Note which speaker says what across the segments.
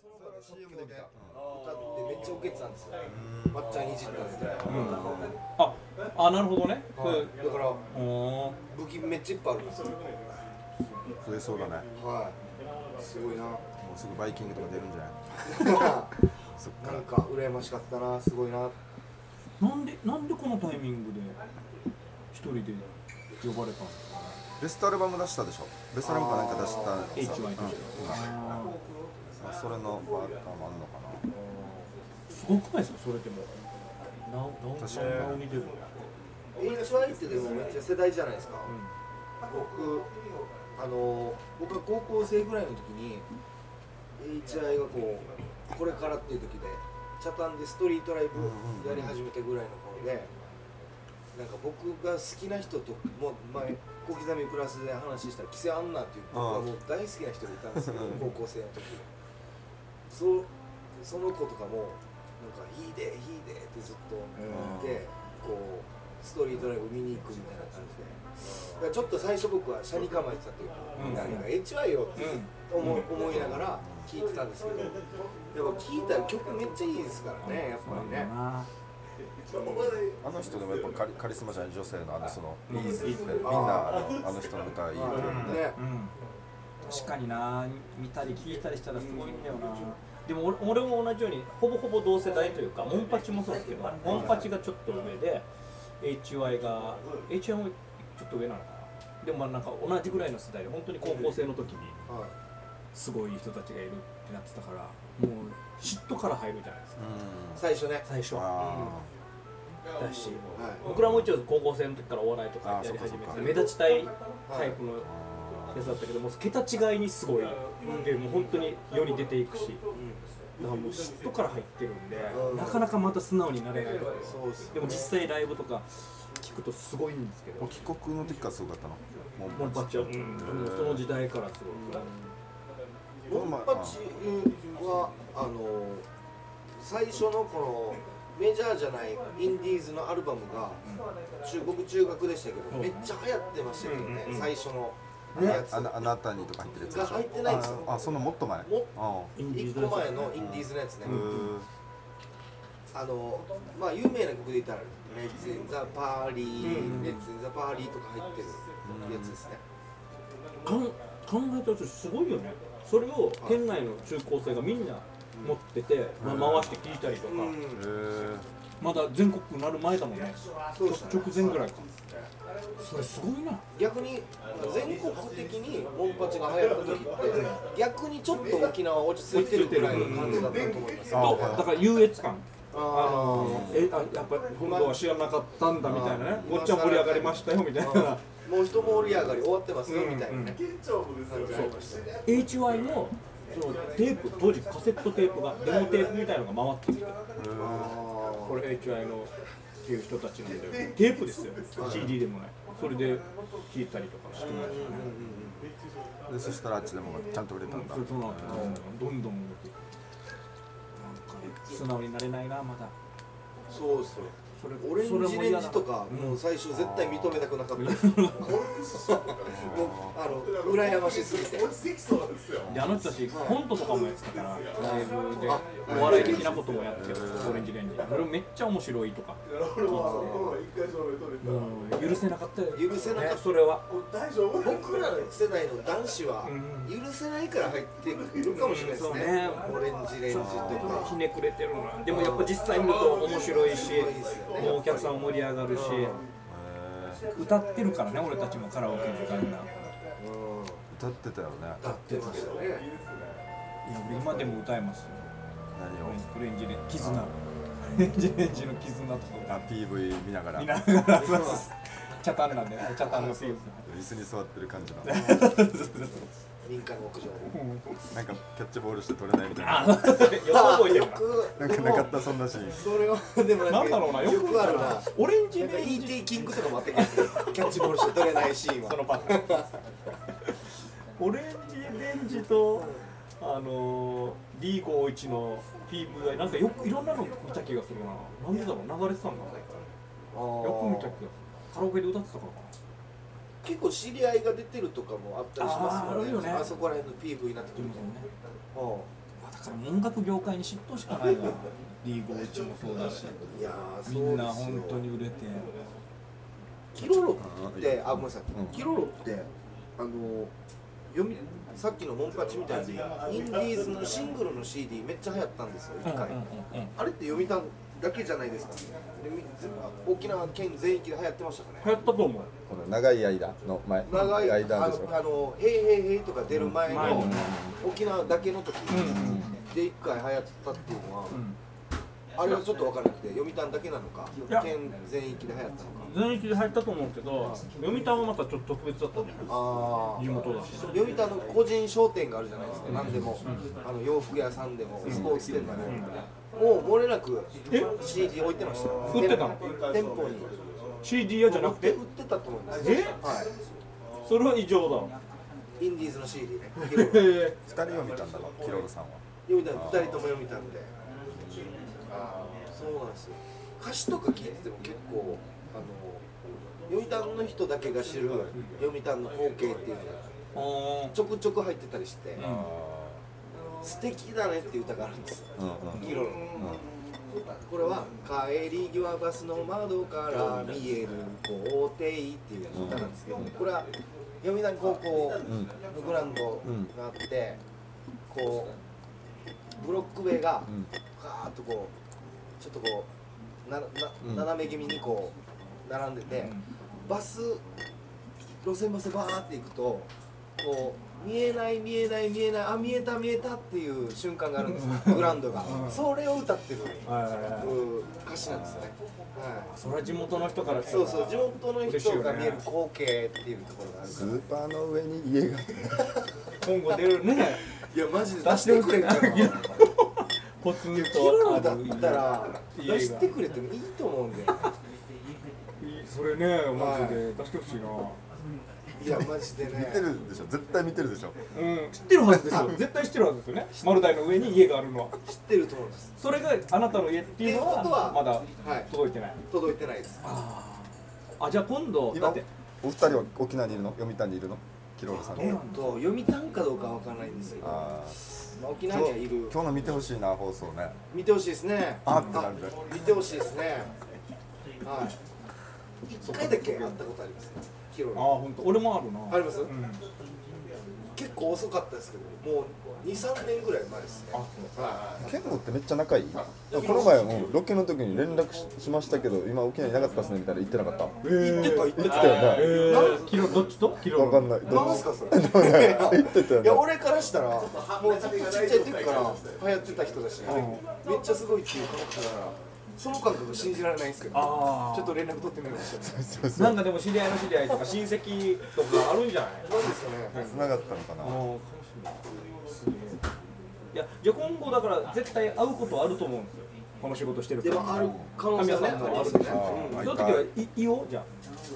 Speaker 1: そのから即興で歌って
Speaker 2: めっちゃ受けてたんですよまっちゃんいじったんですけど、
Speaker 3: ああなるほどね、
Speaker 2: はい、だから
Speaker 3: おー
Speaker 2: 武器めっちゃいっぱいあるんですよ
Speaker 4: 増えそうだね
Speaker 2: はいすごいな
Speaker 4: もうすぐバイキングとか出るんじゃないそっか
Speaker 2: なんか羨ましかったなすごいな
Speaker 3: なんでなんでこのタイミングで一人で呼ばれたの
Speaker 4: ベストアルバム出したでしょベストアルバムかなんか出したさ
Speaker 3: HY として
Speaker 4: うん
Speaker 3: あ
Speaker 4: まあそれのバーカーもあんのかな
Speaker 3: ーすごくないですかそれでもなな
Speaker 4: 確かに
Speaker 3: なお似てる
Speaker 2: HY ってでもめっちゃ世代じゃないですか、
Speaker 3: う
Speaker 2: 僕あの僕が高校生ぐらいの時に HI がこうこれからっていう時でチャタンでストリートライブやり始めたぐらいの頃でなんか僕が好きな人ともう前小刻みプラスで話したキセアンナっていう僕がもう大好きな人がいたんですけど
Speaker 4: うん
Speaker 2: 高校生の時そその子とかもなんか「いいでいいで」ってずっと言ってこうストリートライブ見に行くみたいな感じで。だからちょっと最初僕は車に構えてたというか、
Speaker 3: うん
Speaker 2: 何が HY をって思,、思いながら聴いてたんですけど、やっぱ聴いたら曲めっちゃいいですからね、やっぱりね。
Speaker 3: な
Speaker 4: あの人でもやっぱカリカリスマじゃない女性のあのその
Speaker 3: うん
Speaker 4: リーズみんなあのあの人の歌いいよ
Speaker 2: うん
Speaker 4: ね
Speaker 2: ね
Speaker 3: うん確かにな見たり聞いたりしたらすごいんだよなでも俺俺も同じようにほぼほぼ同世代というかモンパチもそうですけどモンパチがちょっと上で HY が HY もちょっと上なのかなでもまあなんか同じぐらいの世代で本当に高校生の時に
Speaker 2: はい
Speaker 3: すごい人たちがいるってなってたからもう嫉妬から入るじゃないですか
Speaker 4: うん
Speaker 2: 最初ね、
Speaker 3: 最初は
Speaker 4: あ
Speaker 3: だし
Speaker 2: はい
Speaker 3: 僕らも一応高校生の時からお笑いとかやり始め
Speaker 4: あそっかそっか
Speaker 3: て目立ちたいタイプの
Speaker 4: ーあ
Speaker 3: やつだったけどもう桁違いにすごいでもう本当に世に出ていくしだからもう嫉妬から入ってるんで
Speaker 2: うん
Speaker 3: なかなかまた素直になれない
Speaker 2: そうっす
Speaker 3: でも実際ライブとか聞くとすごいんですけ
Speaker 4: ー
Speaker 3: ど
Speaker 4: もう帰国の時からすごかったの
Speaker 3: モンパチは、うん、
Speaker 4: ん
Speaker 3: その時代からすごい
Speaker 2: モンパチはあの最初のこのメジャーじゃないインディーズのアルバムが中国中学でしたけど、めっちゃ流行ってましたけどね、最初のやつ。
Speaker 4: あなあなたにとか入ってるやつでし
Speaker 2: が
Speaker 4: ょ
Speaker 2: 入ってないんですよ
Speaker 4: ああそのもっと前
Speaker 2: も
Speaker 4: あ
Speaker 3: インディー
Speaker 2: 一
Speaker 3: ズ
Speaker 2: 個
Speaker 3: の
Speaker 2: 前のインディーズのやつね、
Speaker 4: ーう
Speaker 2: あのまあ有名な曲で言ったら「レッツ・イン・ザ・パーリー」「レッツ・イン・ザ・パーリー」とか入ってるやつですね、
Speaker 3: かん考えたらすごいよねそれを県内の中高生がみんな持ってて、まあ回して聞いたりとか、
Speaker 4: んへー
Speaker 3: まだ全国区になる前だもんね
Speaker 2: そうですね
Speaker 3: 直前ぐらいかそれすごいな
Speaker 2: 逆に全国的にモンパチが流行った時って逆にちょっと沖縄落ち着いてるぐらいの感じだったと思います
Speaker 4: あ
Speaker 2: あ
Speaker 3: とだから優越感
Speaker 2: あ
Speaker 3: えあやっぱり今度は知らなかったんだみたいなねごっちゃん盛り上がりましたよみたいな
Speaker 2: もう一盛り上がり終わってますよみたいなね、
Speaker 3: HY のそのテープ当時カセットテープがデモテープみたいなのが回ってきてこれ HY のっていう人たちなんだよテープですよ CD でもないそれで聴いたりとかしてましたね
Speaker 4: でそしたらあっちでもちゃんと売れたんだ
Speaker 3: それとのどんどん動くなんか素直になれないなまだ
Speaker 2: そうそう
Speaker 3: それ
Speaker 2: オレンジレンジとかもう最初絶対認めたくなかったですもうあの羨ましすぎて
Speaker 3: であの人たちコントとかもやってたからライブでお笑い的なこともやってるオレンジレンジそれめっちゃ面白いとかもう許せなかったよ
Speaker 2: 許せなかった
Speaker 3: ねそれは
Speaker 2: 僕らの世代の男子は許せないから入ってくるかもしれないですね,、オレンジレンジと
Speaker 3: ひ
Speaker 2: か
Speaker 3: ねくれてるなでもやっぱ実際見ると面白いし
Speaker 2: 面白いですよね
Speaker 3: もうお客さんも盛り上がるし歌ってるからね俺たちもカラオケの時間がい
Speaker 4: 歌ってたよね
Speaker 2: 歌ってましたね
Speaker 3: や俺今でも歌えますよ
Speaker 4: 何を
Speaker 3: オレンジレンジ絆オレンジレンジの絆とか歌
Speaker 4: あ PV 見ながら
Speaker 3: 見ながらチャタンなんでねチャタンのピース
Speaker 4: 椅子に座ってる感じの
Speaker 2: 民家の屋上
Speaker 4: なんかキャッチボールして取れないみたいな
Speaker 3: よく覚えてるな
Speaker 2: 僕
Speaker 4: なんかなかったそんなシーン
Speaker 2: それはでも
Speaker 3: な
Speaker 2: なんん
Speaker 3: だろうな
Speaker 2: か
Speaker 3: よ
Speaker 2: よ
Speaker 3: く
Speaker 2: くあるな
Speaker 3: オレンジ
Speaker 2: なんか
Speaker 3: レンジ
Speaker 2: ET キングとかもあったけどキャッチボールして取れないシーンは
Speaker 3: そのパターンオレンジレンジとあのー、D51 の PV なんかよくいろんなの見た気がするななんでだろう流れてたんだよく見た気がするカラオケで歌ってたからか
Speaker 2: 結構知り合いが出てるとかもあったりします
Speaker 3: あーあるよ
Speaker 2: よ
Speaker 3: ね
Speaker 2: ねあそこら辺の PV になってく
Speaker 3: な
Speaker 2: ると、うん
Speaker 3: まだからもう音楽業界に嫉妬しかないわリーゴーチもそうだし
Speaker 2: いやーそうです
Speaker 3: み
Speaker 2: よ
Speaker 3: んな本当に売れて
Speaker 2: キロロってあごめんなさい、
Speaker 4: うん
Speaker 2: キロロってあの読みさっきのモンパチみたいにインディーズのシングルの CD めっちゃ流行ったんですよ一回、
Speaker 3: うん
Speaker 2: あれって読みたんだけじゃないですかでみ全部沖縄県全域で流行ってましたかね
Speaker 3: 流行ったと思う
Speaker 4: この長い間の前
Speaker 2: 長い間
Speaker 4: 間
Speaker 2: あ
Speaker 4: でしょ
Speaker 2: のあの「へいへいへい」とか出る前
Speaker 3: 前
Speaker 2: の
Speaker 3: の
Speaker 2: 沖縄だけの時
Speaker 3: うん
Speaker 2: で一回流行ったっていうのは、
Speaker 3: うん
Speaker 2: あれはちょっと分からなくて読谷だけなのか
Speaker 3: いや
Speaker 2: 県全域で流行ったのか
Speaker 3: 全域で入ったと思うけど読谷はまたちょっと特別だったんじゃない
Speaker 2: ああ
Speaker 3: 地元だし
Speaker 2: 読谷の個人商店があるじゃないですか、何でも、あの洋服屋さんでも、スポーツ店でも、もう漏れなく
Speaker 3: え
Speaker 2: CD 置いてましたよ
Speaker 3: 売ってたの
Speaker 2: 店舗に
Speaker 3: CD 屋じゃなくて
Speaker 2: 売ってたと思います
Speaker 3: え
Speaker 2: は
Speaker 3: それは異常だわ
Speaker 2: いインディーズの CD
Speaker 3: へえ
Speaker 4: 二人を見たんだろキロルさんは
Speaker 2: 読みた2人とも読みたんでああそうなんですよ歌詞とか聞いてても結構あの読谷の人だけが知る読谷の光景っていうのが
Speaker 3: あ
Speaker 2: ちょくちょく入ってたりして
Speaker 3: ん
Speaker 2: 「素敵だね」っていう歌があるんですよ
Speaker 4: うんうん
Speaker 2: 黄色のこれは「帰り際バスの窓から見える校庭」っていう歌なんですけどこれは読谷高校
Speaker 4: うん
Speaker 2: のグラウンドがあってこうブロック塀が
Speaker 4: うん
Speaker 2: ガーッとこうちょっとこうなな
Speaker 4: うん
Speaker 2: 斜め気味にこう並んでて、バス路線バスバーって行くとこう見えない見えない見えないあ見えた見えたっていう瞬間があるんです よグラウンドがそれを歌ってる
Speaker 3: あ
Speaker 2: うん歌詞なんですよね、はい、
Speaker 3: それは地元の人から
Speaker 2: そうそう地元の
Speaker 3: 嬉しい
Speaker 2: 人
Speaker 3: よ
Speaker 2: が
Speaker 3: ね
Speaker 2: 見える光景っていうところがあるか
Speaker 4: ス
Speaker 2: ら
Speaker 4: ーパーの上に家が
Speaker 3: 今後出るね
Speaker 2: いやマジで出してくれんから キ
Speaker 3: ポツンと
Speaker 2: ロロだったら
Speaker 3: いや
Speaker 2: 出してくれてもいいと思うんだよね
Speaker 3: それね
Speaker 2: マジで
Speaker 3: 出してほしいない
Speaker 2: やマジで
Speaker 4: 見
Speaker 2: ね
Speaker 4: てるでしょ絶対見てるでしょ
Speaker 3: うん知ってるはずですよ絶対知ってるはずですよね丸大の上に家があるのは
Speaker 2: 知ってると思うんです
Speaker 3: それがあなたの家っていうの
Speaker 2: っていうことは
Speaker 3: はまだ
Speaker 2: はい
Speaker 3: 届いてない
Speaker 2: 届いてないです
Speaker 3: あじゃあ今度だ
Speaker 4: 今
Speaker 3: って
Speaker 4: お二人は沖縄にいるの読谷にいるのキロルさん
Speaker 2: えっと読みたんかどうかわからないんですけど、ま
Speaker 4: ああ
Speaker 2: あ、沖
Speaker 4: 今
Speaker 2: 縄
Speaker 4: 日
Speaker 2: にはいる
Speaker 4: 今日の見てほしいな放送ね
Speaker 2: 見てほしいですね
Speaker 4: あってなるね
Speaker 2: 見てほしいですねはい一回だけ会ったことありますねキロ
Speaker 3: あ
Speaker 2: ロ
Speaker 3: 本当俺もあるな
Speaker 2: あります
Speaker 3: うんあ
Speaker 2: 結構遅かったですけどもう23年ぐらい前ですねはい
Speaker 4: ケンゴってめっちゃ仲いいこの前もロケの時に連絡ししましたけど今沖縄いなかったっすねみたいな言ってなかった
Speaker 3: え
Speaker 2: 行ってた行って
Speaker 4: 言ったてたよね
Speaker 3: えーキロどっちとキロ
Speaker 4: わかんないど
Speaker 2: 何
Speaker 4: っ
Speaker 2: す
Speaker 4: ち
Speaker 2: かそれ
Speaker 4: 言ってたよ
Speaker 2: いや
Speaker 4: ね
Speaker 2: 俺からしたらもうずっとちっちゃい時から流行ってた人だしめっちゃすごいっていう感覚だからその感覚信じられないんですけど
Speaker 3: ああ
Speaker 2: ちょっと連絡取ってみましたね
Speaker 4: そうそう
Speaker 3: なんかでも知り合いの知り合いとか親戚とかあるんじゃない
Speaker 2: 何ですかね
Speaker 4: 繋がったのかな
Speaker 3: いやじゃあ今後だから絶対会うことあると思うんですよこの仕事してる
Speaker 2: でもある可能性はね
Speaker 3: 神谷さんも
Speaker 2: あ
Speaker 3: あ
Speaker 2: る
Speaker 3: る
Speaker 2: ねう
Speaker 3: でし
Speaker 4: ょ
Speaker 2: ん
Speaker 3: その時はい言おうじゃ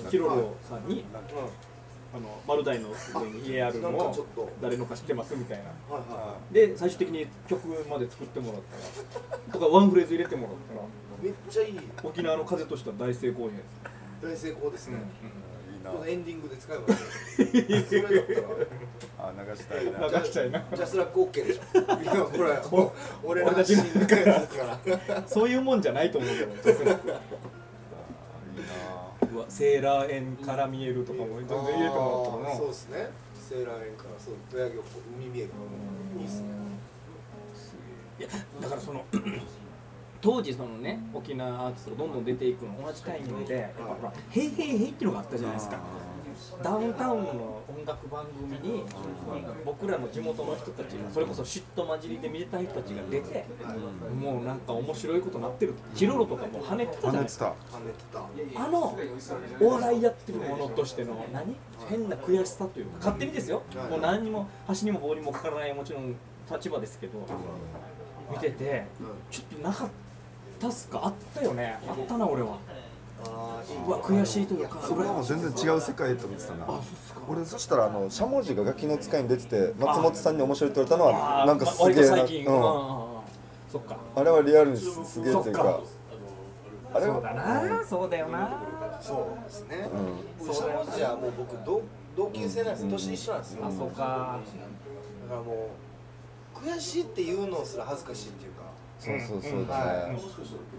Speaker 3: あキロロさんに
Speaker 2: うん
Speaker 3: あの丸大の上に家あるの
Speaker 2: なんかちょっ
Speaker 3: を
Speaker 2: と
Speaker 3: 誰のか知ってますみたいな
Speaker 2: はいは
Speaker 3: で最終的に曲まで作ってもらったらとかワンフレーズ入れてもらったら
Speaker 2: いめっちゃいい
Speaker 3: 沖縄の風としては大成功じゃないですか
Speaker 2: 大成功ですね、
Speaker 4: いい
Speaker 2: この
Speaker 4: な
Speaker 2: エンディングで使えばいいのにそれだった
Speaker 4: あ流したいな
Speaker 2: ら
Speaker 3: 流しちゃいな
Speaker 2: ジャスラック OK でしょいやこれお俺ら
Speaker 3: 俺た
Speaker 2: し
Speaker 3: ち
Speaker 2: い
Speaker 3: の
Speaker 2: やつだから
Speaker 3: そういうもんじゃないと思うけど
Speaker 4: いいな
Speaker 3: うわセーラー園から見えるとかも全然言えても
Speaker 2: あ
Speaker 3: らっ
Speaker 2: ー
Speaker 3: た
Speaker 2: そう
Speaker 3: もん
Speaker 2: ですねセーラー園からそうドヤ漁港海見えるからいいっすね
Speaker 3: だからその 当時そのね沖縄アーティストがどんどん出ていくの同じタイミングでやっぱほら「へいへいへい」っていうのがあったじゃないですかダウンタウンの音楽番組に僕らの地元の人たちがそれこそ嫉妬混じりで見てた人たちが出てもうなんか面白いことなってるチロロとかもう跳ねてたじゃな
Speaker 4: 跳
Speaker 3: い
Speaker 4: ね
Speaker 3: で
Speaker 4: て
Speaker 3: すか
Speaker 4: た
Speaker 2: 跳ねてた
Speaker 3: あのお笑いやってるものとしての何変な悔しさというか勝手にですよ
Speaker 2: はい
Speaker 3: もう何にも端にも棒にもかからないもちろん立場ですけど見ててちょっとなかったっすかあったよねあったな俺は
Speaker 2: あーいいう
Speaker 3: わ悔しいというか
Speaker 4: それはもう全然違う世界と見てたな俺そしたらあのしゃもじがガキの使いに出てて松本さんに面白いって言われたの
Speaker 3: あ
Speaker 4: は
Speaker 3: ー
Speaker 4: なんか
Speaker 3: ます割
Speaker 4: げ
Speaker 3: と
Speaker 4: え
Speaker 3: 最近うんうん
Speaker 4: な、う
Speaker 3: う
Speaker 4: ん、
Speaker 3: んうんそっか
Speaker 4: あれはリアルにすすげえというかあれは
Speaker 3: そうだなそうだよな
Speaker 2: そうですね
Speaker 4: う
Speaker 2: しゃもじはもう僕同同級生なんです
Speaker 4: うん
Speaker 2: 年一緒なんですよ
Speaker 3: あそうか
Speaker 2: だからもう悔しいって言うのすら恥ずかしいっていうか
Speaker 4: そうそうそうですね、
Speaker 2: はい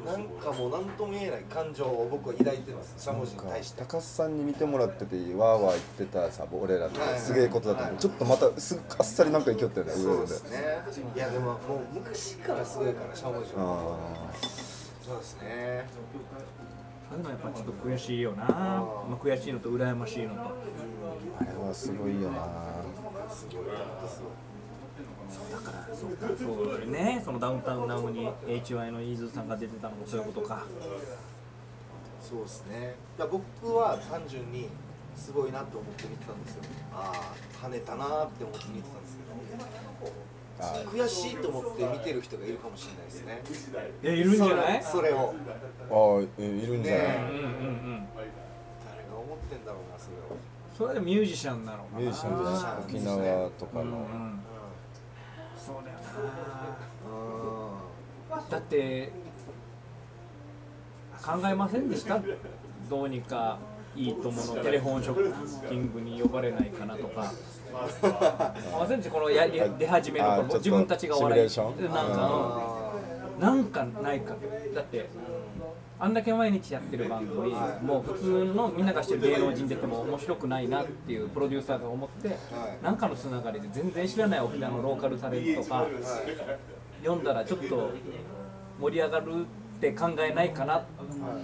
Speaker 2: なんかもう何とも言えない感情を僕は抱いてますしゃもじに
Speaker 4: なんか
Speaker 2: 対して
Speaker 4: 高須さんに見てもらっててわーわー言ってたさ俺らの
Speaker 2: はい
Speaker 4: すげえことだと思
Speaker 2: は
Speaker 4: う
Speaker 2: い
Speaker 4: ちょっとまたすあっさりなんかいきよったよね
Speaker 2: そう
Speaker 4: 上
Speaker 2: で
Speaker 4: です
Speaker 2: ねいやでももう昔からすごいからしゃもじは
Speaker 4: あ
Speaker 2: そうですね
Speaker 3: あでもやっぱちょっと悔しいよな、
Speaker 2: あー
Speaker 3: まあ、悔しいのと羨ましいのと
Speaker 4: ーあれはすごいよな
Speaker 2: すごい本当すごい
Speaker 3: だからそうかそうねそのダウンタウンナウに HY のイーズさんが出てたのもそういうことか
Speaker 2: そうですねだから僕は単純にすごいなと思って見てたんですよああ跳ねたなーって思って見てたんです
Speaker 4: あ
Speaker 2: けど悔しいと思って見てる人がいるかもしれないですね
Speaker 3: いやいるんじゃない
Speaker 2: それそれを
Speaker 4: あーえいるんじゃない、
Speaker 3: うんうん
Speaker 2: ね
Speaker 3: うん
Speaker 2: 誰が思ってんだろうなそれを、
Speaker 3: それはミュージシャンなのかな
Speaker 4: ミュージシャンじゃない沖縄とかの、
Speaker 3: うんうん
Speaker 2: う
Speaker 3: そうだよなん
Speaker 2: うん
Speaker 3: だって考えませんでしたどうにかいい友のテレフォンショッピングに呼ばれないかなとか ませんでしたこのやり出始めの
Speaker 4: あ
Speaker 3: 頃
Speaker 4: ーちょっと
Speaker 3: 自分たちがお笑い
Speaker 4: シミュレーション
Speaker 3: なんか
Speaker 2: あ
Speaker 3: うんなんかないかだってあんだけ毎日やってる番組もう普通のみんながしてる芸能人出ても面白くないなっていうプロデューサーが思って
Speaker 2: い
Speaker 3: なんかのつながりで全然知らない沖縄のローカルタレントとか
Speaker 2: ーはい
Speaker 3: 読んだらちょっと盛り上がるって考えないかな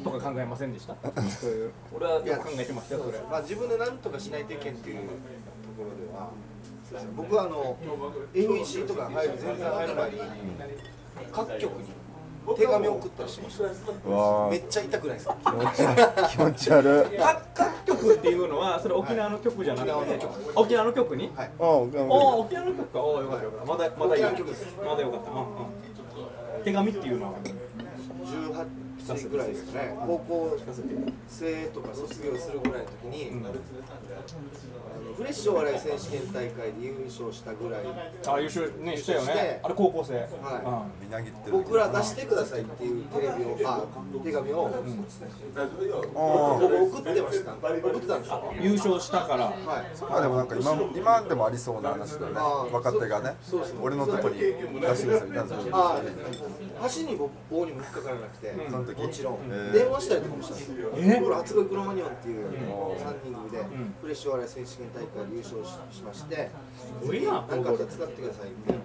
Speaker 3: とか考えませんでしたそういう俺はよく考えてましたよそれ
Speaker 2: まあ、自分で何とかしないといけんっていうところではそうですね僕はあの NEC とか入る全然入る前に各局に手紙を送ったりしました
Speaker 4: うわ
Speaker 2: め
Speaker 4: ー
Speaker 2: っちゃ痛くないですか
Speaker 4: 気持ち悪い気持ち悪い
Speaker 3: 各各局っていうのはそれ沖縄の局じゃなくて
Speaker 2: はい沖縄の
Speaker 3: 沖縄の局に
Speaker 2: はい
Speaker 4: あー
Speaker 3: ああ沖縄の局かおおよかったよかったまだまだい
Speaker 2: 沖
Speaker 3: い
Speaker 2: 縄の局です
Speaker 3: まだよかった、うんうん手紙っていうのは
Speaker 2: 18歳ぐらいですかね高校生とか卒業するぐらいの時に、あのフレッシュお笑い選手権大会で優勝したぐらい
Speaker 3: あ優勝ねしたよ
Speaker 2: して
Speaker 3: ねあれ高校生、
Speaker 2: は
Speaker 4: みなぎって
Speaker 2: 僕ら出してくださいっていうテレビをあ手紙を
Speaker 4: あー
Speaker 2: 僕送ってました送ってたんですよ
Speaker 3: うん優勝したから
Speaker 2: はい
Speaker 4: まあでもなんか今今でもありそうな話だよね
Speaker 2: あー
Speaker 4: 若手がね
Speaker 2: そうそう
Speaker 4: 俺のとこに出してくださいみたいな
Speaker 2: ああ橋にも棒にも引っかからなくて、
Speaker 4: その時
Speaker 2: もちろん、
Speaker 4: えー
Speaker 2: 電話したりとかもしたんですよ、
Speaker 3: え
Speaker 2: 僕ら初恋クロマニオンっていう
Speaker 4: うん
Speaker 2: 3人組で、
Speaker 3: ん
Speaker 2: フレッシュお笑い選手権大会で優勝ししまして、
Speaker 3: ごいな
Speaker 2: なんかあったら使ってくださいみたいな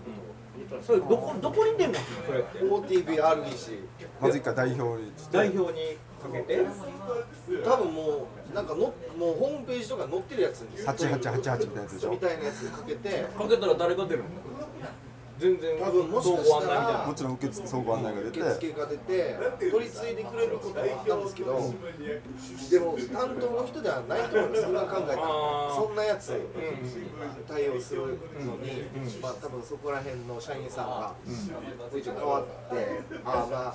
Speaker 3: それどこどこに出るのそれって
Speaker 2: ことを、OTBRDC、
Speaker 4: まず一回代表に
Speaker 3: 代表にかけて
Speaker 2: 多分もう、なんかのもうホームページとかに載ってるやつに、
Speaker 4: 8888みたいなやつでしょ
Speaker 2: みたいなやつかけて、
Speaker 3: かけたら誰が出るの全然
Speaker 2: 多分もしかしたら
Speaker 4: も、ちろん受付総合案内が出て
Speaker 2: 受付が出て、取り次いでくれることもあったんですけど、でも担当の人ではないと思うんです、そんな考えたら
Speaker 3: あー
Speaker 2: そんなやつ、対応するのに、まあ多分そこら辺の社員さんが、う一応変わって、あ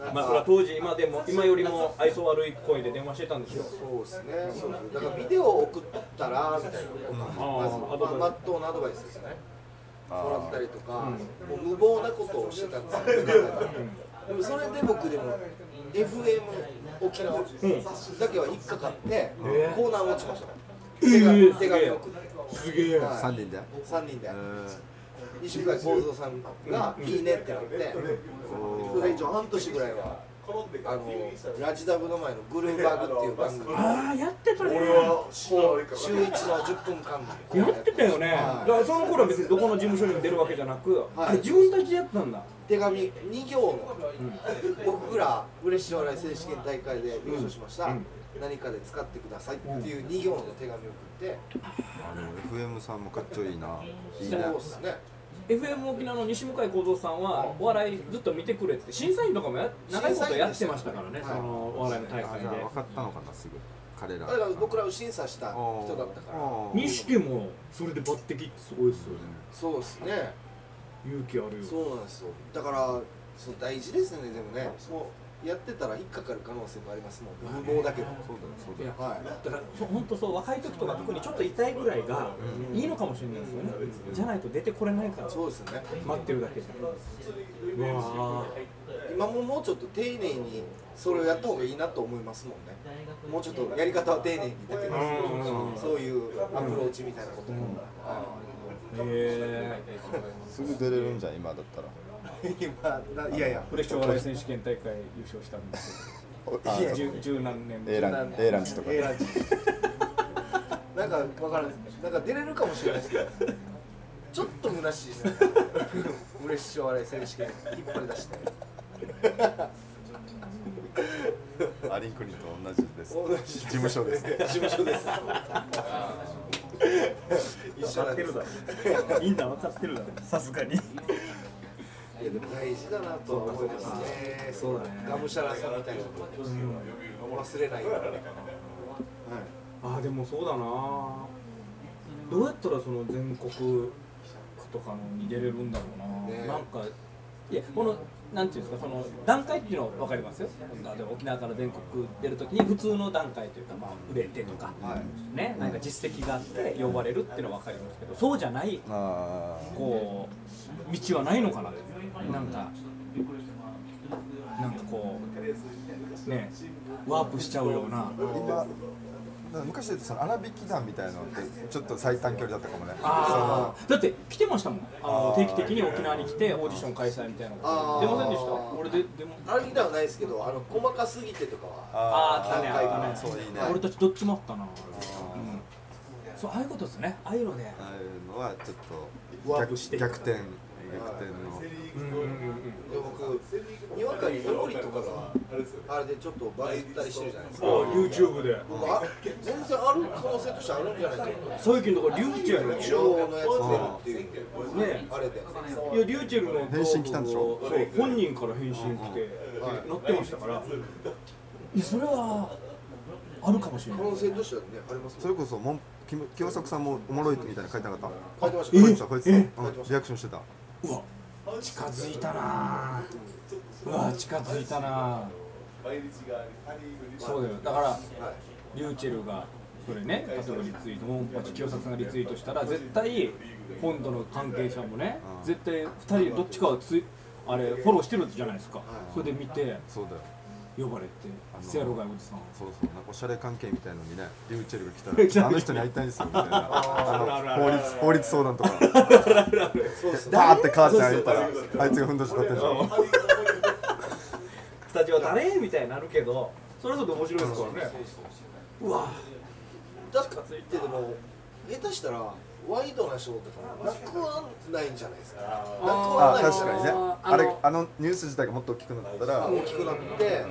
Speaker 2: あまあ、なんか
Speaker 3: まあそれは当時今でも今よりも愛想悪い声で電話してたんですよ
Speaker 2: そうですね、そうそうだからビデオを送ったらみたいなこと
Speaker 3: あー
Speaker 2: まず、まあ、真っ当なアドバイスですよね。もらったりとか、もう無謀なことをしてたんですよ、でもそれで僕でも FM 沖縄だけは引っかかって、コーナー落ちました、手紙
Speaker 3: えー
Speaker 2: 手紙を送って、
Speaker 3: すげえ
Speaker 2: はい
Speaker 4: 3人で
Speaker 2: 3人で
Speaker 4: え。ー
Speaker 2: 西向井幸三さんが「いいね」ってなってそれ以上半年ぐらいはあのラジダブの前の「グルーバーグ」っていう番組
Speaker 3: ああやってたね
Speaker 2: こう週1の10分間
Speaker 3: やってたよねだ
Speaker 2: はい
Speaker 3: からその頃は別にどこの事務所にも出るわけじゃなく
Speaker 2: はい
Speaker 3: あれ自分たちでやったんだ
Speaker 2: 手紙2行の僕ら嬉しい笑い選手権大会で優勝しました何かで使ってくださいっていう2行の手紙を送って
Speaker 4: あでも FM さんもかっちょいいないいね
Speaker 2: そうですね
Speaker 3: FM 沖縄の西向井幸三さんはお笑いずっと見てくれって審査員とかもや長いことやってましたからね
Speaker 2: はい
Speaker 3: そのお笑いの大
Speaker 4: あ
Speaker 3: 会
Speaker 4: じゃあ
Speaker 3: で
Speaker 4: 分かったのかなすぐ彼
Speaker 2: だ
Speaker 4: ら
Speaker 2: から僕らを審査した
Speaker 4: あー
Speaker 2: 人だったか
Speaker 4: あ
Speaker 2: ら
Speaker 4: ー
Speaker 3: 錦もそれで抜擢ってすごいですよね
Speaker 2: そうですね
Speaker 3: 勇気あるよ
Speaker 2: そうなんですよだからそう大事ですねでもねもうやってたら引っかかる可能性もありますもん無謀だけど
Speaker 4: そうだよそうだ
Speaker 3: い
Speaker 4: よ
Speaker 3: や
Speaker 2: はい
Speaker 3: だからそ本当そう若い時とか特にちょっと痛いぐらいがいいのかもしれないですよね、じゃないと出てこれないから
Speaker 2: そうですね
Speaker 3: 待ってるだけでうわ
Speaker 2: 今ももうちょっと丁寧にそれをやった方がいいなと思いますもんねもうちょっとやり方は丁寧にだけど
Speaker 3: うん
Speaker 2: そういうアプローチみたいなことも、は
Speaker 3: ー
Speaker 1: え
Speaker 4: すぐ出れるんじゃん今だったら
Speaker 2: 今ないやいや
Speaker 1: ー、フレッシュお笑い選手権大会優勝したんです
Speaker 4: お
Speaker 2: いや
Speaker 4: あ
Speaker 1: けど、十十何年
Speaker 4: A
Speaker 1: 前。
Speaker 4: ラン A ランチとか
Speaker 2: A ランチなんかわからんなんか出れるかもしれないですけどちょっと虚しいですね嬉しい笑い選手権引っ張り出して
Speaker 4: アリンクリンと同じです
Speaker 2: 同じ
Speaker 4: 事務所で す
Speaker 2: 事務所です一緒なんです
Speaker 3: ろみんな分かってるだろさすがに
Speaker 2: いやでも大事だなとは思いますねそうだねがむしゃらさみたいなこと忘れないように
Speaker 3: あーでもそうだなどうやったらその全国とかのに出れるんだろうな、
Speaker 2: ね
Speaker 3: なんかいやこのなんていうんですかその段階っていうのは分かりますよなんか沖縄から全国出るときに普通の段階というか、まあ、売れてとか、
Speaker 2: はい
Speaker 3: ねなんか実績があって呼ばれるっていうのは分かりますけどそうじゃない
Speaker 4: あー
Speaker 3: こう道はないのかなとなんかなんかこうねワープしちゃうような
Speaker 4: 今昔で言うとその荒引き団みたいなのってちょっと最短距離だったかもね
Speaker 3: あーだって来てましたもんあの
Speaker 4: あー
Speaker 3: 定期的に沖縄に来てオーディション開催みたいなの
Speaker 2: あー
Speaker 3: 出ませんでした俺ででも
Speaker 2: あれではないですけどあの細かすぎてとかは
Speaker 3: ああ
Speaker 4: ー
Speaker 3: 来たねあ
Speaker 4: そういい
Speaker 3: 来
Speaker 4: ね
Speaker 3: たね俺たちどっちもあったな、う
Speaker 4: ー
Speaker 3: んそうああいうことですねああいうのね
Speaker 4: ああいうのはちょっと
Speaker 2: ワー
Speaker 4: 逆
Speaker 2: プして
Speaker 4: 逆転逆転
Speaker 2: で僕
Speaker 4: の
Speaker 2: にわかに料理とかがあれでちょっとバズったりしてるじゃないですか
Speaker 3: YouTube で
Speaker 2: 僕あ全然ある可能性としてあるんじゃないかな
Speaker 3: そういうけどリューチェル
Speaker 2: 中央のやつ出るっていう
Speaker 3: ね
Speaker 2: あれで
Speaker 3: いやリューチェルの
Speaker 4: 返信来たんでしょ
Speaker 3: そう本人から返信来て
Speaker 2: はい
Speaker 3: 載ってましたからいやそれはあるかもしれ
Speaker 2: 可
Speaker 3: ない
Speaker 2: 能性としてはねあります
Speaker 4: それこそもんきむ清作さんもおもろいみたいなの書いてなかった
Speaker 2: 書いてました
Speaker 4: 書
Speaker 2: 書
Speaker 4: い
Speaker 2: い
Speaker 4: て
Speaker 2: て
Speaker 4: た
Speaker 2: ま
Speaker 4: 書い
Speaker 2: え
Speaker 4: てたうんリアクションしてた
Speaker 3: うわ近づいたなうわ近づいたなそうだよだから
Speaker 2: したはい
Speaker 3: リューチェルがそれね例えばリツイートモンパチ清作さんがリツイートしたら絶対本土の関係者もね
Speaker 4: うん
Speaker 3: 絶対2人どっちかはツイあれフォローしてるじゃないですかそれで見て
Speaker 4: そうだよ
Speaker 3: 呼ばれて「せやろがいおじさん」
Speaker 4: そうそうなんかおしゃれ関係みたいの にねリューチェルが来たらあの人に会いたいんですよみたいなあの法律法律相談とか
Speaker 2: そうですね
Speaker 4: ダーって母ちゃん言ったらあいつがふんどし立ってる
Speaker 3: スタジオ誰みたいになるけどそれぞれ面白いですからねうわ
Speaker 2: だってでも下手したらワイドなショーとかもなくはないんじゃないですかなく
Speaker 4: あ
Speaker 2: はない
Speaker 4: 確かにね
Speaker 3: あー
Speaker 4: あれ
Speaker 3: あの
Speaker 4: あのニュース自体がもっと大きくなったら
Speaker 2: 大きくなって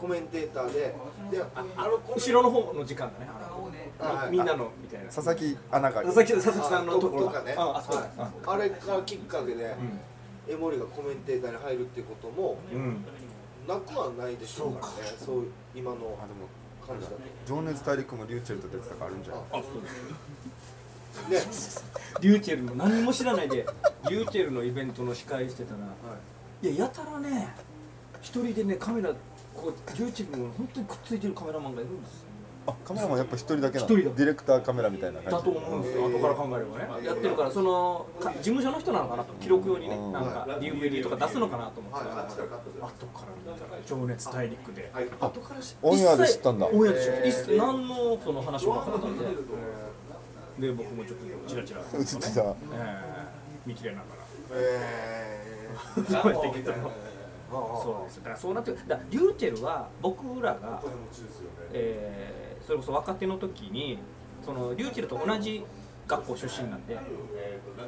Speaker 2: コメンテーターででああのコメン
Speaker 3: 後ろの方の時間だねあの
Speaker 2: はい
Speaker 3: みんなのみたいな
Speaker 4: 佐々木アナが
Speaker 3: 佐々木佐々木さんのところ
Speaker 2: とかね
Speaker 3: ああそうだ
Speaker 2: あれからきっかけで江守がコメンテーターに入るっていうことも
Speaker 3: うん
Speaker 2: なくはないでしょうからねそういう今の
Speaker 4: あでも
Speaker 2: 感じだと
Speaker 4: 情熱大陸もリューチェルと出てたからあるんじゃない
Speaker 3: あそうです
Speaker 2: ね
Speaker 3: リューチェルの何も知らないでリューチェルのイベントの司会してたらいややたらね一人でねカメラこうリューチェルの本当にくっついてるカメラマンがいるんですよ
Speaker 4: あカメラマンやっぱ一人だけなの
Speaker 3: 一人だ
Speaker 4: ディレクターカメラみたいな
Speaker 3: だ
Speaker 4: 感
Speaker 3: と
Speaker 4: じ
Speaker 3: 思うんですよ、後から考えればね、やってるから、そのか事務所の人なのかなと、記録用にね、
Speaker 4: うん
Speaker 3: なんか DVD とか出すのかなと思って、
Speaker 2: はい
Speaker 3: 後から見たら、情熱大陸で、
Speaker 2: 後からし
Speaker 4: オンエアで知ったんだ
Speaker 3: 一切オンエアで知った一切何のその話もなかったんで、で、僕もちょっとちらちら、
Speaker 4: 映ってた
Speaker 3: えー見切れながら。
Speaker 2: え
Speaker 3: そうやってきたの そうですだからそうなってくるだからリューチェルは僕らが、えーそれこそ若手の時にそのリューチェルと同じ学校出身なんで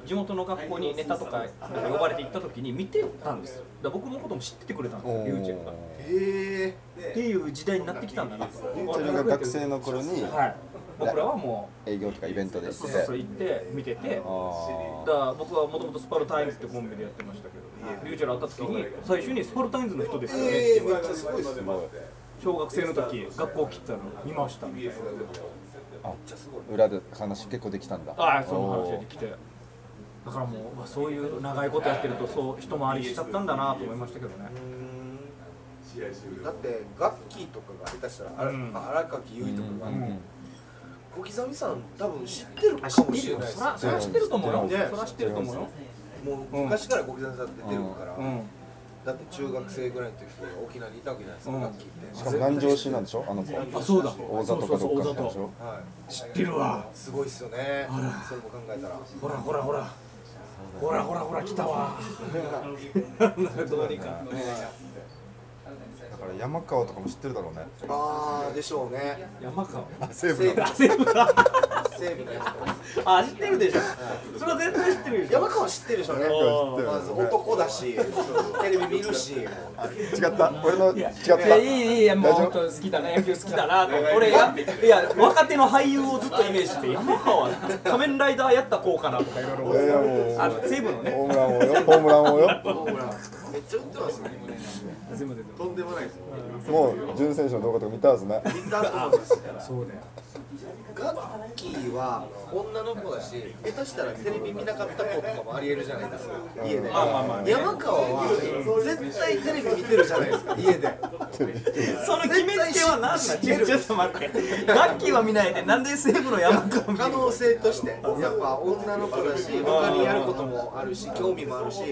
Speaker 3: 地元の学校にネタとか呼ばれて行った時に見てたんですよだから僕のことも知っててくれたんですよリューチェルがっ
Speaker 2: ー、え
Speaker 3: ていう時代になってきたんだな
Speaker 4: リューチェルが学生の頃に
Speaker 3: はい僕らはも
Speaker 4: 営業とかイベントで
Speaker 3: う
Speaker 4: 行っ
Speaker 3: そ
Speaker 4: て
Speaker 3: うそうそう行って見てて
Speaker 4: あ
Speaker 3: だから僕はもともとスパルタインズってコンビでやってましたけど、リューチェル会った時に最初にスパルタインズの人ですよねって
Speaker 2: え
Speaker 3: 言
Speaker 2: ー、め
Speaker 3: わ
Speaker 2: っ
Speaker 3: れて
Speaker 2: ちゃすごいっすね
Speaker 3: 小学生の時学校来たの見ましたみたいな
Speaker 4: あ裏で話結構できたんだ
Speaker 3: ああその話ができてだからもううわそういう長いことやってるとそう一回りしちゃったんだなと思いましたけどね
Speaker 2: だってガッキーとかが下手したら、あら
Speaker 3: うん
Speaker 2: 荒垣結衣とかが、
Speaker 3: ん
Speaker 2: 小刻みさん多分知ってるかもしれないです
Speaker 3: そらそら知ってると思うよ
Speaker 4: ね
Speaker 3: そら知ってると思うよ
Speaker 2: もう昔から小刻みさんって出てるから、
Speaker 3: うん
Speaker 2: だって中学生ぐらいの時沖縄にいたわけじゃないですか、
Speaker 3: うん
Speaker 2: 楽器って
Speaker 4: しかも南城市なんでしょあの子
Speaker 2: あ
Speaker 3: あそうだ
Speaker 4: 大里かどっかなんでし
Speaker 3: そうそうそう大
Speaker 4: ょ
Speaker 3: 里
Speaker 2: はい
Speaker 3: 知ってるわ
Speaker 2: すごいっすよね
Speaker 3: あら
Speaker 2: それも考えたら
Speaker 3: ほらほらほらほらほらほら来たわどうにか
Speaker 4: だから山川とかも知ってるだろうね
Speaker 2: ああでしょうね
Speaker 3: 山川
Speaker 4: 西武だ
Speaker 3: あ全部だ
Speaker 2: 西武のや
Speaker 3: あ知ってるでしょそれは絶対知ってるで
Speaker 2: つ
Speaker 3: しょ
Speaker 2: 山川知ってるでしょうね
Speaker 4: 山川知ってる
Speaker 2: まず男だしテレビ見るし
Speaker 4: 違った俺の違っ
Speaker 3: いやい
Speaker 4: た
Speaker 3: いいいいやもう
Speaker 4: 大丈夫
Speaker 3: 本当好きだな野球好きだなと俺やいや若手の俳優をずっとイメージして山川仮面ライダーやった子かなとかいろいろ
Speaker 4: いやいやもう
Speaker 3: あの西武のね
Speaker 4: ホームラン王よホームラン王よ
Speaker 2: ホームランめっちゃ打ってますね
Speaker 1: 全部出てる
Speaker 2: とんでもないです
Speaker 4: もう純選手の動画とか見たはずね
Speaker 2: みんなと思います
Speaker 1: そうだよ
Speaker 2: ガッキーは女の子だし下手したらテレビ見なかった子とかもありえるじゃないですか家で
Speaker 3: まあまあまあね
Speaker 2: 山川は絶対テレビ見てるじゃないですか家で
Speaker 3: その決めつけは何なんだちょっと待ってガッキーは見ないでなんで西武の山川見る
Speaker 2: 可能性としてやっぱ女の子だし他にやることもあるし興味もあるし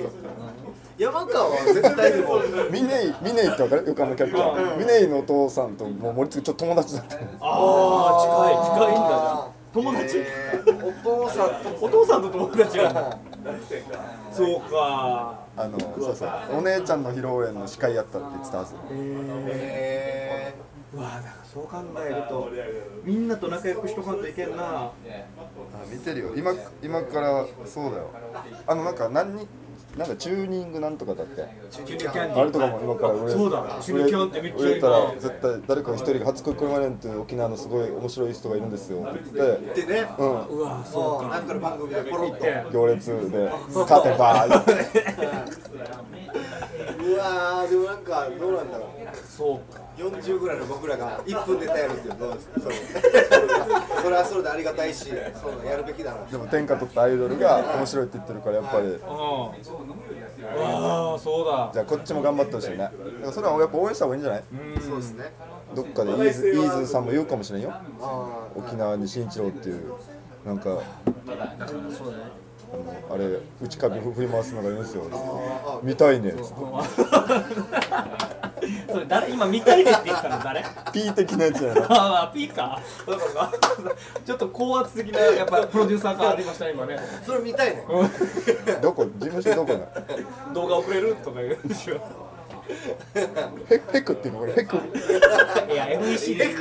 Speaker 2: 山川は絶対でも
Speaker 4: ミネイミネイってわかる横浜キャッチャーミネイのお父さんともう森次ちょっと友達だったの
Speaker 3: ああ近い近いんだじゃん友達、
Speaker 2: えーお父さんと
Speaker 3: お父さんと友達がそうか
Speaker 4: あのそうそうお姉ちゃんの披露宴の司会やったって言ってたはず
Speaker 2: え
Speaker 3: うわだからそう考えるとみんなと仲良くしとかんといけんな
Speaker 4: あ見てるよ今今からそうだよあのなんか何になんかチューニングなんとかだって
Speaker 2: ー
Speaker 3: キュニキャンデ
Speaker 4: あれ
Speaker 3: ィ
Speaker 4: とかも今から売れ
Speaker 3: そうだチューニングってめっちゃいいな
Speaker 4: 売れたら絶対誰か一人が初恋恋まれんっていう沖縄のすごい面白い人がいるんですよって言って
Speaker 2: でね
Speaker 4: うん
Speaker 3: うわそ
Speaker 2: もうなんかの番組でポロッと
Speaker 4: 行列で勝てば
Speaker 2: う わーでもなんかどうなんだろう
Speaker 3: うそうか
Speaker 2: 40ぐらいの僕らが1分で耐えるっていうのはどうですかそのそれはそれでありがたいしそうやるべきだな
Speaker 4: でも天下取ったアイドルが面白いって言ってるからやっぱり
Speaker 3: うんああそうだ
Speaker 4: じゃあこっちも頑張ってほしいねだからそれはやっぱ応援した方がいいんじゃない
Speaker 2: そうですね
Speaker 4: どっかでイーズイーズさんも言うかもしれんよ
Speaker 2: あー
Speaker 4: 沖縄に新一郎っていうなんかあのあれ内壁振り回すのがいるんですよ
Speaker 2: あ
Speaker 4: 見たいね
Speaker 3: それ誰今見たいねって言ったの誰
Speaker 4: P 的なやつやな
Speaker 3: ああピーかそうかそうか ちょっと高圧的なやっぱプロデューサー感ありましたね今ね
Speaker 2: ーそれ見たいね
Speaker 4: どこ事務所どこな
Speaker 3: 動画送れるとか言うんでしょ
Speaker 4: ヘクヘクっていうのこれヘク
Speaker 3: いや FEC です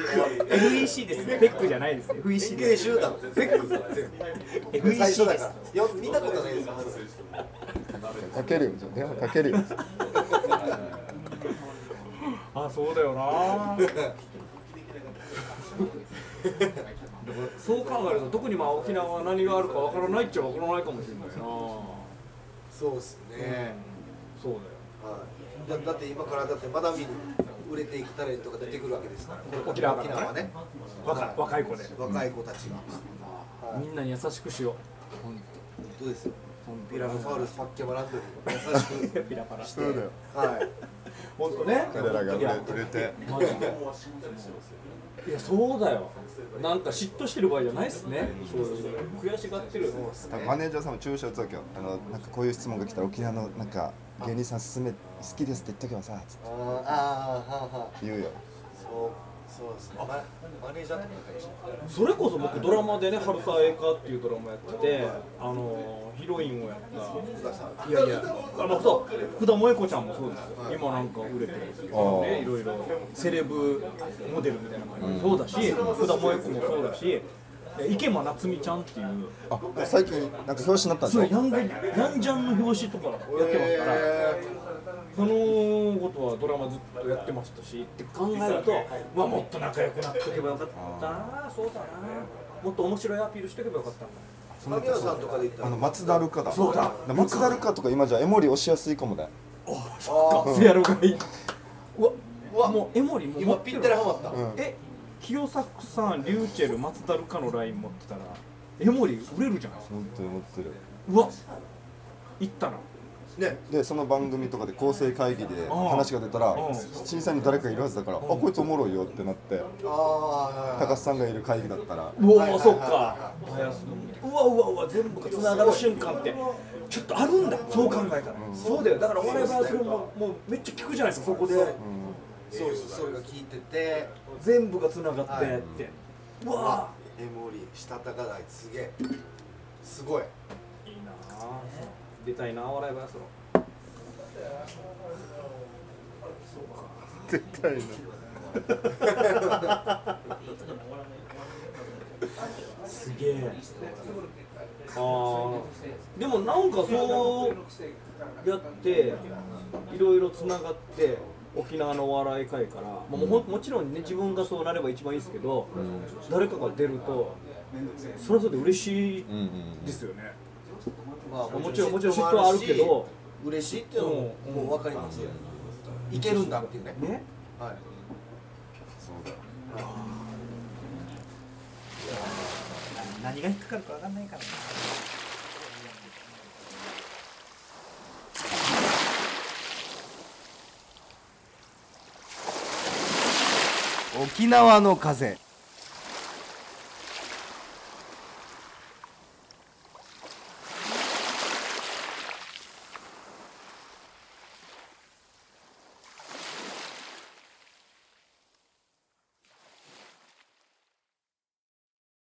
Speaker 3: FEC ですペックじゃないです FEC
Speaker 2: 神
Speaker 3: で
Speaker 2: 経
Speaker 3: す
Speaker 2: 集団フェックス
Speaker 3: FEC
Speaker 2: 最
Speaker 3: で
Speaker 2: 初だか
Speaker 3: す
Speaker 2: らよ見たことないですよ
Speaker 4: かけるよじゃあ電話かけるよ
Speaker 3: あそうだよなそう考えると特にまあ沖縄は何があるかわからないっちゃわからないかもしれないな
Speaker 2: そうですね、
Speaker 3: そうだよ
Speaker 2: はいだだって今からだってまだ見ぬ売れていくタレントが出てくるわけですからこれ
Speaker 3: 沖縄からね
Speaker 2: 沖縄はね
Speaker 3: 若
Speaker 2: はい
Speaker 3: 若い子で
Speaker 2: 若い子たちが、はい
Speaker 3: みんなに優しくしよ
Speaker 2: 本当ですよピラノファウルスパッケバランドに優しく
Speaker 3: うピラパラ
Speaker 4: そうだよ
Speaker 2: はい
Speaker 3: 本当ね
Speaker 4: 彼らが売れ売れて
Speaker 3: マジでいやそうだよなんか嫉妬してる場合じゃないっすねそういう悔しがってる
Speaker 2: そうです
Speaker 4: 多分
Speaker 2: ね
Speaker 4: マネージャーさんも注射打つわけよあのなんかこういう質問が来たら沖縄のなんか芸人さん勧め好きですって言っとけばさつっ
Speaker 2: あーあーはんはん
Speaker 4: て言うよ
Speaker 2: そうそうですねママネージャーとか仲いいし
Speaker 3: それこそ僕ドラマでね「春沢映画」っていうドラマやっててあのヒロインをやった
Speaker 2: 福田さん
Speaker 3: いやいや、あのそう、福田萌子ちゃんもそうですよ、今なんか売れてるんですけど
Speaker 4: あ
Speaker 3: ね、
Speaker 4: ー
Speaker 3: いろいろセレブモデルみたいな感じ、そうだし、福田萌子もそうだし、池間夏美ちゃんっていう、
Speaker 4: あ最近なんか表紙になったん
Speaker 3: そう
Speaker 4: でし
Speaker 3: ヤ
Speaker 4: ょ
Speaker 3: ングヤンジャンの表紙とかやってますから、
Speaker 2: え
Speaker 3: そのことはドラマずっとやってましたし、って考えると、まあ、もっと仲良くなっておけばよかったな、そうだな、もっと面白いアピールしておけばよかったな。
Speaker 2: ー、神谷さんとかで言った
Speaker 4: あ
Speaker 2: ら
Speaker 4: の松田ルカだそう
Speaker 3: だ
Speaker 4: 松田ルカとか今じゃエモリ押しやすいかもね
Speaker 2: あー
Speaker 3: せやろがいい。うわ、うわ、もうエモリもう
Speaker 2: 今ぴったりハマった
Speaker 3: え清作さんリューチェル松田ルカのライン持ってたら江森売れるじゃん
Speaker 4: 本当に思ってる
Speaker 3: うわいったな
Speaker 2: ね
Speaker 4: でその番組とかで構成会議で話が出たら
Speaker 3: うん
Speaker 4: 審査員に誰かがいるはずだからあこいつおもろいよってなって
Speaker 2: ああ
Speaker 4: 高須さんがいる会議だったら
Speaker 3: う
Speaker 2: はいはいはい
Speaker 3: わ
Speaker 2: はい
Speaker 3: そっかうわうわうわ全部がつながる瞬間ってちょっとあるんだそう考えたら、そうだよだからお笑いバラそれももうめっちゃ聞くじゃないですかそこで
Speaker 2: そうですそれが聞いてて
Speaker 3: 全部がつながって
Speaker 2: は
Speaker 3: っ
Speaker 2: い
Speaker 3: て、うわ
Speaker 2: エモリしたたか台すげえすごい
Speaker 3: いいなあ出たいなあお笑いバラそろ
Speaker 4: 絶対な
Speaker 3: すげえあーでもなんかそうやっていろいろつながって沖縄のお笑い界から、まあもうほんもちろんね自分がそうなれば一番いいですけど、誰かが出るとそれはそれで嬉しい
Speaker 4: うんうん
Speaker 1: ですよね
Speaker 2: まあ
Speaker 3: もちろんもちろん嫉妬はあるけど
Speaker 2: 嬉しいっていうのも
Speaker 3: うん
Speaker 2: もう分かりますよいけるんだっていうね
Speaker 3: ね
Speaker 2: はい
Speaker 5: 何が引っかかるかわかんないからな
Speaker 2: 沖縄の風